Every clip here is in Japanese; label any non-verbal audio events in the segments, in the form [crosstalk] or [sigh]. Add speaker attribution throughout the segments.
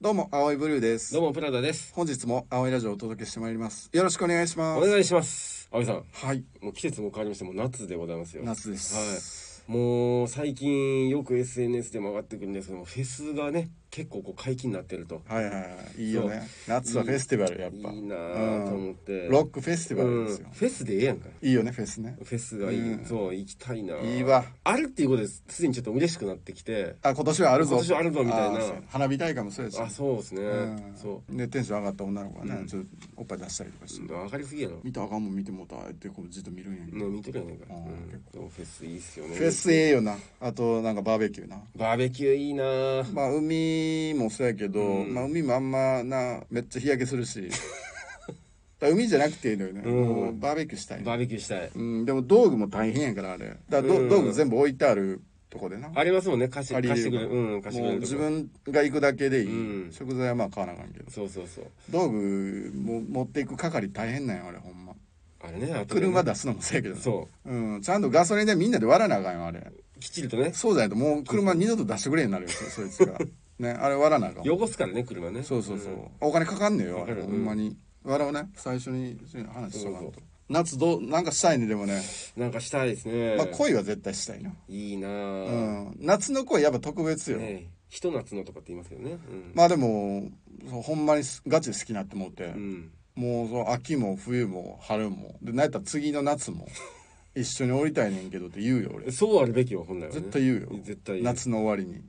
Speaker 1: どうも、青いブルーです
Speaker 2: どう。もプラダです。
Speaker 1: 本日も青いラジオをお届けしてまいります。よろしくお願いしま
Speaker 2: お
Speaker 1: す。
Speaker 2: 願いします。葵さん、
Speaker 1: はい、
Speaker 2: もう季節も変わりましてもう夏でございますよ。
Speaker 1: 夏です。
Speaker 2: はい。もう最近よく SNS でも上がってくるんですけども、フェスがね結構こう解禁になってると。
Speaker 1: はい、はいはいはいいいよね。夏はフェスティバル、やっ
Speaker 2: い
Speaker 1: ぱ。
Speaker 2: いなぁと思って。
Speaker 1: うんロックフェスティバルですよ
Speaker 2: うん。フェスでええやんか。
Speaker 1: いいよね、フェスね。
Speaker 2: フェスがいい、
Speaker 1: うん
Speaker 2: そう行きたいな。
Speaker 1: いいわ。
Speaker 2: あるっていうことです。すでにちょっと嬉しくなってきて。
Speaker 1: あ、今年はあるぞ。
Speaker 2: 今年はあるぞみたいな
Speaker 1: あーそう花火大会もそうやし。
Speaker 2: あそうですね。
Speaker 1: うん
Speaker 2: そ
Speaker 1: で、テンション上がった女の子がね、ちょっとおっぱい出したりとかし
Speaker 2: う。
Speaker 1: て。
Speaker 2: 上がりすぎやろ。
Speaker 1: 見たらあかんもん見てもうたってこうじっと見るんやけど
Speaker 2: ね見てるやないか。
Speaker 1: あー
Speaker 2: うん
Speaker 1: 結
Speaker 2: でもフェスいいっすよね。
Speaker 1: フェスええよな。あと、なんかバーベキューな。
Speaker 2: バーベキューいいなぁ。
Speaker 1: まあ海もそうやけど、
Speaker 2: うん
Speaker 1: まあ海もあんまなめっちゃ日焼けする
Speaker 2: [laughs]
Speaker 1: しだから海じゃなくていいのよね、
Speaker 2: うん
Speaker 1: もうバーベキューしたいね
Speaker 2: バーベキューしたい。
Speaker 1: うん、でも道具も大変やからあれだからど、
Speaker 2: うん
Speaker 1: 道具全部置いてあるとこでな
Speaker 2: ありますもんね、貸し
Speaker 1: 借
Speaker 2: 貸
Speaker 1: り
Speaker 2: して
Speaker 1: れる
Speaker 2: くれる。うん、貸してく
Speaker 1: も
Speaker 2: れ
Speaker 1: う
Speaker 2: ると
Speaker 1: 自
Speaker 2: こ。
Speaker 1: 分が行くだけでいい、
Speaker 2: うん
Speaker 1: 食材はまあ買わなあかんけど
Speaker 2: そうそうそう。
Speaker 1: 道具も持っていく係大変なんよあれほんま
Speaker 2: あれね、あとね
Speaker 1: 車出すのもそうやけどな、
Speaker 2: そう
Speaker 1: ん、ちゃんとガソリンでみんなで割らなあかんよあれ
Speaker 2: う。きっちりとね、
Speaker 1: そうじゃないともう車二度と出してくれへんなるよそそいつ
Speaker 2: [laughs]
Speaker 1: がねあれ割らなあかん
Speaker 2: 汚すからね、車ね。
Speaker 1: そうそうそう、
Speaker 2: ん
Speaker 1: お金かかんねえよ
Speaker 2: かかる
Speaker 1: ほんまに、笑うね最初に話しとかん
Speaker 2: そう
Speaker 1: と
Speaker 2: そう
Speaker 1: 夏どうなんかしたいねでもね、
Speaker 2: なんかしたいですね。
Speaker 1: まあ、恋は絶対したいな、
Speaker 2: いいな
Speaker 1: う
Speaker 2: ぁ。
Speaker 1: ん、夏の恋やっぱ特別よ、
Speaker 2: ねひと夏のとかって言いますけどね。うん。
Speaker 1: まあでもそうほんまにすガチで好きになって思って、
Speaker 2: うん。
Speaker 1: もうその秋も冬も春もでなんやったら次の夏も一緒におりたいねんけどって言うよ俺
Speaker 2: [laughs] そうあるべきよ、本来はね。
Speaker 1: 絶対言うよ
Speaker 2: 絶対言う。
Speaker 1: 夏の終わりに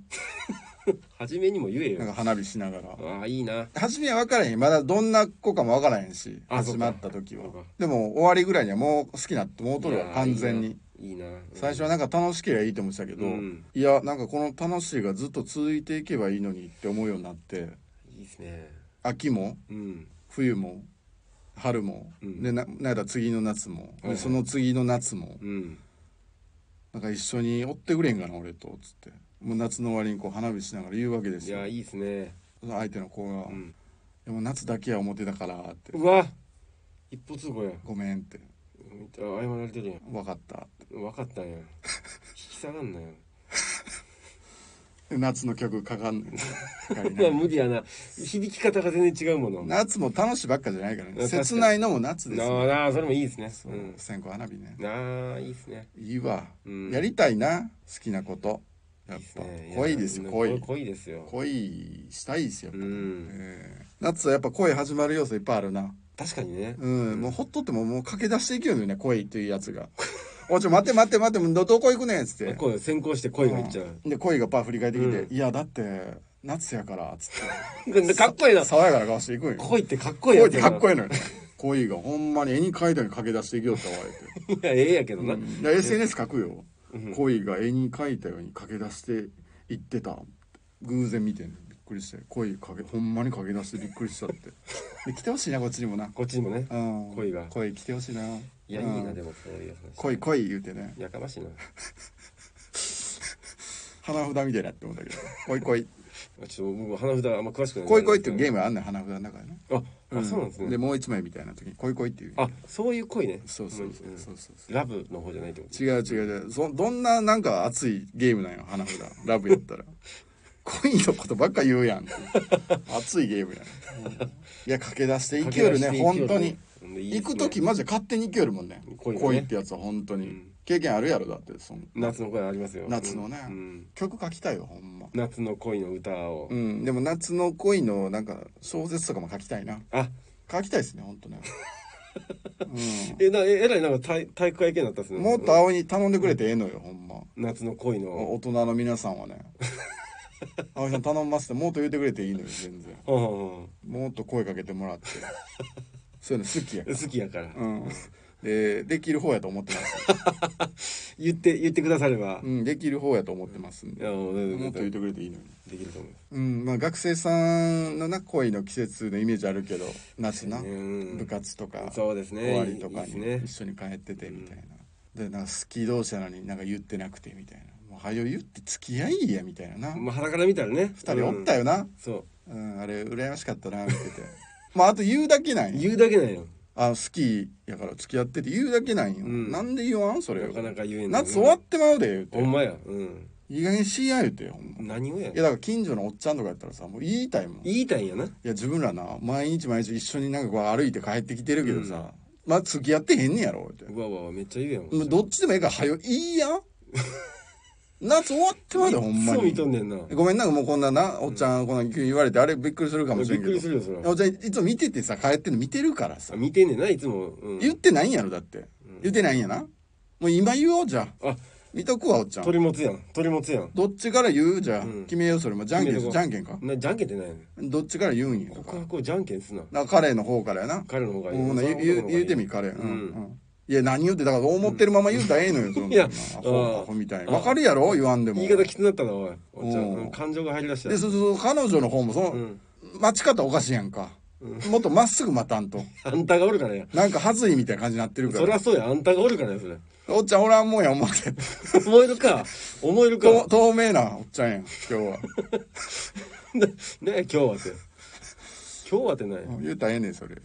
Speaker 2: 初めにも言え
Speaker 1: なんか
Speaker 2: よ。
Speaker 1: 花火しながら
Speaker 2: ああ、いいな。
Speaker 1: 初めは分からへんまだどんな子かも分からへんし
Speaker 2: あそ
Speaker 1: 始
Speaker 2: うか
Speaker 1: まった時は
Speaker 2: そうか
Speaker 1: でも終わりぐらいにはもう好きになってもうとる
Speaker 2: い
Speaker 1: わ
Speaker 2: や
Speaker 1: 完全に。
Speaker 2: いいな。いいな
Speaker 1: 最初はなんか楽しければいいと思ってたけど、
Speaker 2: うん
Speaker 1: いやなんかこの楽しいがずっと続いていけばいいのにって思うようになって
Speaker 2: いいですね。
Speaker 1: 秋も
Speaker 2: うん。
Speaker 1: 冬も春も、
Speaker 2: うん
Speaker 1: でななんやったら次の夏も、
Speaker 2: はいは
Speaker 1: で
Speaker 2: い
Speaker 1: その次の夏も
Speaker 2: うん。
Speaker 1: なんか一緒におってくれんかな俺とつってもう夏の終わりにこう花火しながら言うわけで
Speaker 2: い
Speaker 1: すよ
Speaker 2: や、いいですね。
Speaker 1: その相手の子が「
Speaker 2: うん。
Speaker 1: でも夏だけは思ってたから」って
Speaker 2: うわ一歩通行や。
Speaker 1: 「ごめん」って
Speaker 2: うんあ謝られてるやん
Speaker 1: 「分かった」って。
Speaker 2: 分かったんや引き下がんなよ
Speaker 1: で夏の曲かかん
Speaker 2: [laughs]
Speaker 1: ねんかかりなが
Speaker 2: まあ
Speaker 1: ら
Speaker 2: 無理やな響き方が全然違うものな
Speaker 1: 夏も楽しいばっかじゃないから
Speaker 2: 確か
Speaker 1: ね
Speaker 2: に
Speaker 1: 切ないのも夏ですよ
Speaker 2: あなあそれもいいですねう
Speaker 1: うん
Speaker 2: ん
Speaker 1: 線香花火ね
Speaker 2: なあいいですね
Speaker 1: いいわ、
Speaker 2: うん
Speaker 1: やりたいな好きなことやっ
Speaker 2: いいっす
Speaker 1: ぱ
Speaker 2: ね
Speaker 1: 恋ですよ
Speaker 2: や
Speaker 1: 恋
Speaker 2: 恋ですよ
Speaker 1: 恋したいですよやっぱ、
Speaker 2: うん
Speaker 1: えー夏はやっぱ恋始まる要素いっぱいあるな
Speaker 2: 確かにね
Speaker 1: うん、もうほっとってももう駆け出していくよね恋というやつが [laughs] 「おいちょ待って待って待ってどどこ行くねん」っつって
Speaker 2: 恋先行して恋がいっちゃう、
Speaker 1: うんで恋がパー振り返ってきて「
Speaker 2: う
Speaker 1: いやだって夏やから」っつって
Speaker 2: [laughs] かっこいいな
Speaker 1: 爽やかな顔していくんよ
Speaker 2: 恋ってかっこいい
Speaker 1: 恋
Speaker 2: や
Speaker 1: ってかっこ
Speaker 2: い
Speaker 1: いいのよね恋がほんまに絵に描いたように駆け出していきよったわ言うて
Speaker 2: いいやええやけどな、
Speaker 1: うんいや SNS 書くよ、
Speaker 2: うん
Speaker 1: 恋が絵に描いたように駆け出していってた偶然見てんのびっくりして恋かけほんまに駆け出してびっくり
Speaker 2: [laughs]
Speaker 1: したってで来てほしいなこっちにもな、
Speaker 2: こっちにもね
Speaker 1: うん、
Speaker 2: 恋が
Speaker 1: 恋来てほしいない
Speaker 2: いやいいな
Speaker 1: で
Speaker 2: でもそういう話
Speaker 1: 恋恋言うてね
Speaker 2: やかましいな
Speaker 1: 花札みたいになって思ったけど恋恋
Speaker 2: ちょっと僕も花札あんま詳しくない
Speaker 1: 恋恋っていうゲームあんねん花札の中でね
Speaker 2: ああそうなんですね、
Speaker 1: でもう一枚みたいな時に恋恋っていう
Speaker 2: あそういう恋ね
Speaker 1: そうそうそう
Speaker 2: うん
Speaker 1: そうそうそう
Speaker 2: ラブの方じゃないってこと
Speaker 1: 違う違う違うそどんななんか熱いゲームなんよ花札ラブやったら恋のことばっか言うやんって熱いゲームやん、いや駆け出していきよるね本当に行く時
Speaker 2: も
Speaker 1: マジで勝手に行きよるもんね
Speaker 2: 恋
Speaker 1: 恋
Speaker 2: がね
Speaker 1: ってやつは本当に、
Speaker 2: うん
Speaker 1: 経験あるやろだってその
Speaker 2: 夏の恋ありますよ
Speaker 1: 夏のね
Speaker 2: うんうん
Speaker 1: 曲書きたいよほんま
Speaker 2: 夏の恋の歌を
Speaker 1: うんでも夏の恋のなんか小説とかも書きたいな
Speaker 2: あ
Speaker 1: 書きたいですね本 [laughs] 当ね、うん
Speaker 2: えなええらいなんか体体育会系になったっすね
Speaker 1: もっと葵に頼んでくれてええのよほんま
Speaker 2: 夏の恋の
Speaker 1: 大人の皆さん [laughs] はね青井さん頼んますってもっと言ってくれていいのよ全然
Speaker 2: うんうんうん
Speaker 1: もっと声かけてもらってそういうの好きやから
Speaker 2: 好きやから
Speaker 1: うんでできる方やと思ってます、 [laughs]
Speaker 2: 言って言ってくだされば
Speaker 1: うん、できる方やと思ってますん
Speaker 2: い
Speaker 1: で
Speaker 2: やもう
Speaker 1: もっ
Speaker 2: 全
Speaker 1: と言っ
Speaker 2: 然
Speaker 1: てくれていいのに
Speaker 2: できると思いま
Speaker 1: うんまあ学生さんのな恋の季節のイメージあるけど夏な
Speaker 2: すうん
Speaker 1: 部活とか
Speaker 2: そうですね
Speaker 1: 終わりとか
Speaker 2: いい
Speaker 1: に
Speaker 2: で
Speaker 1: 一
Speaker 2: すね
Speaker 1: 緒に帰っててみたいな、でなんか好き同士なのになんか言ってなくてみたいなもう早よ言って付き合いやみたいなな、
Speaker 2: まあ肌から見たらね
Speaker 1: 二人おった
Speaker 2: よ
Speaker 1: よな、
Speaker 2: そう
Speaker 1: うん、あれ羨ましかったな見て [laughs] てまああと言うだけなんよ
Speaker 2: 言うだけなんよ
Speaker 1: あの好きやから付き合ってて言うだけなんよ、
Speaker 2: うん
Speaker 1: なんで言わんそれ
Speaker 2: なかなか言えんのね
Speaker 1: 夏終わってまうで言うて
Speaker 2: ほんまやうん
Speaker 1: いい加減しや言うてほんまい
Speaker 2: 何をや
Speaker 1: やだから近所のおっちゃんとかやったらさもう言いたいもん
Speaker 2: 言いたいんやない
Speaker 1: や自分らな毎日毎日一緒になんかこう歩いて帰ってきてるけどさ、まあ付き合ってへんねやろって
Speaker 2: うわうわうわめっちゃ言うやん
Speaker 1: もうどっちでもええから早よいいやん夏終わってまでほんま
Speaker 2: そう見
Speaker 1: に
Speaker 2: とんねんな
Speaker 1: ごめんなんかもうこんななおっちゃんこんな急に言われてあれびっくりするかもしれんけど
Speaker 2: びっくりするよそれは
Speaker 1: おっちゃんいつも見ててさ帰ってんの見てるからさ
Speaker 2: あ見てんねんないつも、うん、
Speaker 1: 言ってないんやろだって言ってないんやなもう今言おうじゃあ
Speaker 2: あ
Speaker 1: 見とくわおっちゃん
Speaker 2: 鳥もつやん鳥もつやん
Speaker 1: どっちから言うじゃあ、
Speaker 2: うん
Speaker 1: 決めようそれもじゃんけん
Speaker 2: 決めとこう
Speaker 1: じゃんけんか
Speaker 2: なじゃんけんってないねん
Speaker 1: どっちから言うんやとか
Speaker 2: 告白をじゃんけんすな
Speaker 1: だから彼の方からやな
Speaker 2: 彼の方がいい
Speaker 1: うんほな言う言う言うてみ彼、うん
Speaker 2: ん
Speaker 1: うんいや何言うてだから思ってるまま言うたらええのよ、そんなん
Speaker 2: いや
Speaker 1: アホアホみたいなわかるやろ言わんでも
Speaker 2: 言い方きつなったなおいおっちゃん
Speaker 1: うん
Speaker 2: うん感情が入りだした
Speaker 1: でそうそう彼女の方もその、
Speaker 2: ん
Speaker 1: 待ち方おかしいやんか、もっとまっすぐ待たんと
Speaker 2: あんたがおるからや
Speaker 1: なんか恥ずいみたいな感じになってるか
Speaker 2: そり
Speaker 1: ら
Speaker 2: ゃそうやあんたがおるからやそれ
Speaker 1: おっちゃんおらんもんや思って
Speaker 2: 思えるか思えるか
Speaker 1: と透明なおっちゃんやん今日は
Speaker 2: ね今日はって今日はってない
Speaker 1: うん言うたらええねんそれ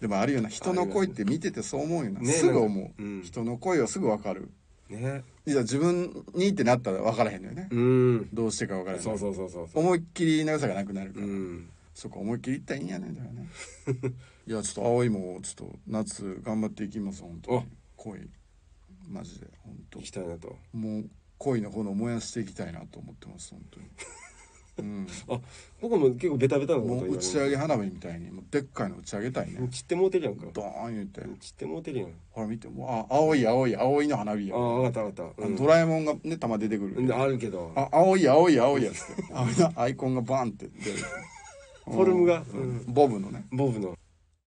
Speaker 1: でもあるよな人の恋って見ててそう思うよな、
Speaker 2: ね
Speaker 1: すぐ思う、
Speaker 2: うん
Speaker 1: 人の恋はすぐわかる
Speaker 2: ね
Speaker 1: いや自分にってなったら分からへんのよね、
Speaker 2: うん
Speaker 1: どうしてか分からへん
Speaker 2: そうそうそうそうそ
Speaker 1: 思いっきりの良さがなくなるか
Speaker 2: う
Speaker 1: ら、
Speaker 2: うん
Speaker 1: そこ思いっきりいったらいいんやねんだよ
Speaker 2: [laughs]
Speaker 1: ねいやちょっと青いもちょっと夏頑張っていきます本当に
Speaker 2: あ
Speaker 1: 恋マジで本当
Speaker 2: 行きたいなと
Speaker 1: もう恋の炎を燃やしていきたいなと思ってます本当
Speaker 2: [laughs]
Speaker 1: に
Speaker 2: あ僕も結構ベタベタな
Speaker 1: う
Speaker 2: こ
Speaker 1: ん
Speaker 2: と
Speaker 1: も
Speaker 2: 言
Speaker 1: う
Speaker 2: わ
Speaker 1: 打ち上げ花火みたいにもうでっかいの打ち上げたいね
Speaker 2: 切ってもうてるやんか
Speaker 1: ドーン言って
Speaker 2: 切ってもうてるやん
Speaker 1: ほら見てもうあ青い青い青いの花火や
Speaker 2: ああ分かった分かった
Speaker 1: あの
Speaker 2: うん
Speaker 1: ドラえもんがね玉出てくる
Speaker 2: であるけど
Speaker 1: あ青い青い青いやつってあのアイコンがバンって出る
Speaker 2: フォルムが、うん
Speaker 1: ボブのね
Speaker 2: ボブの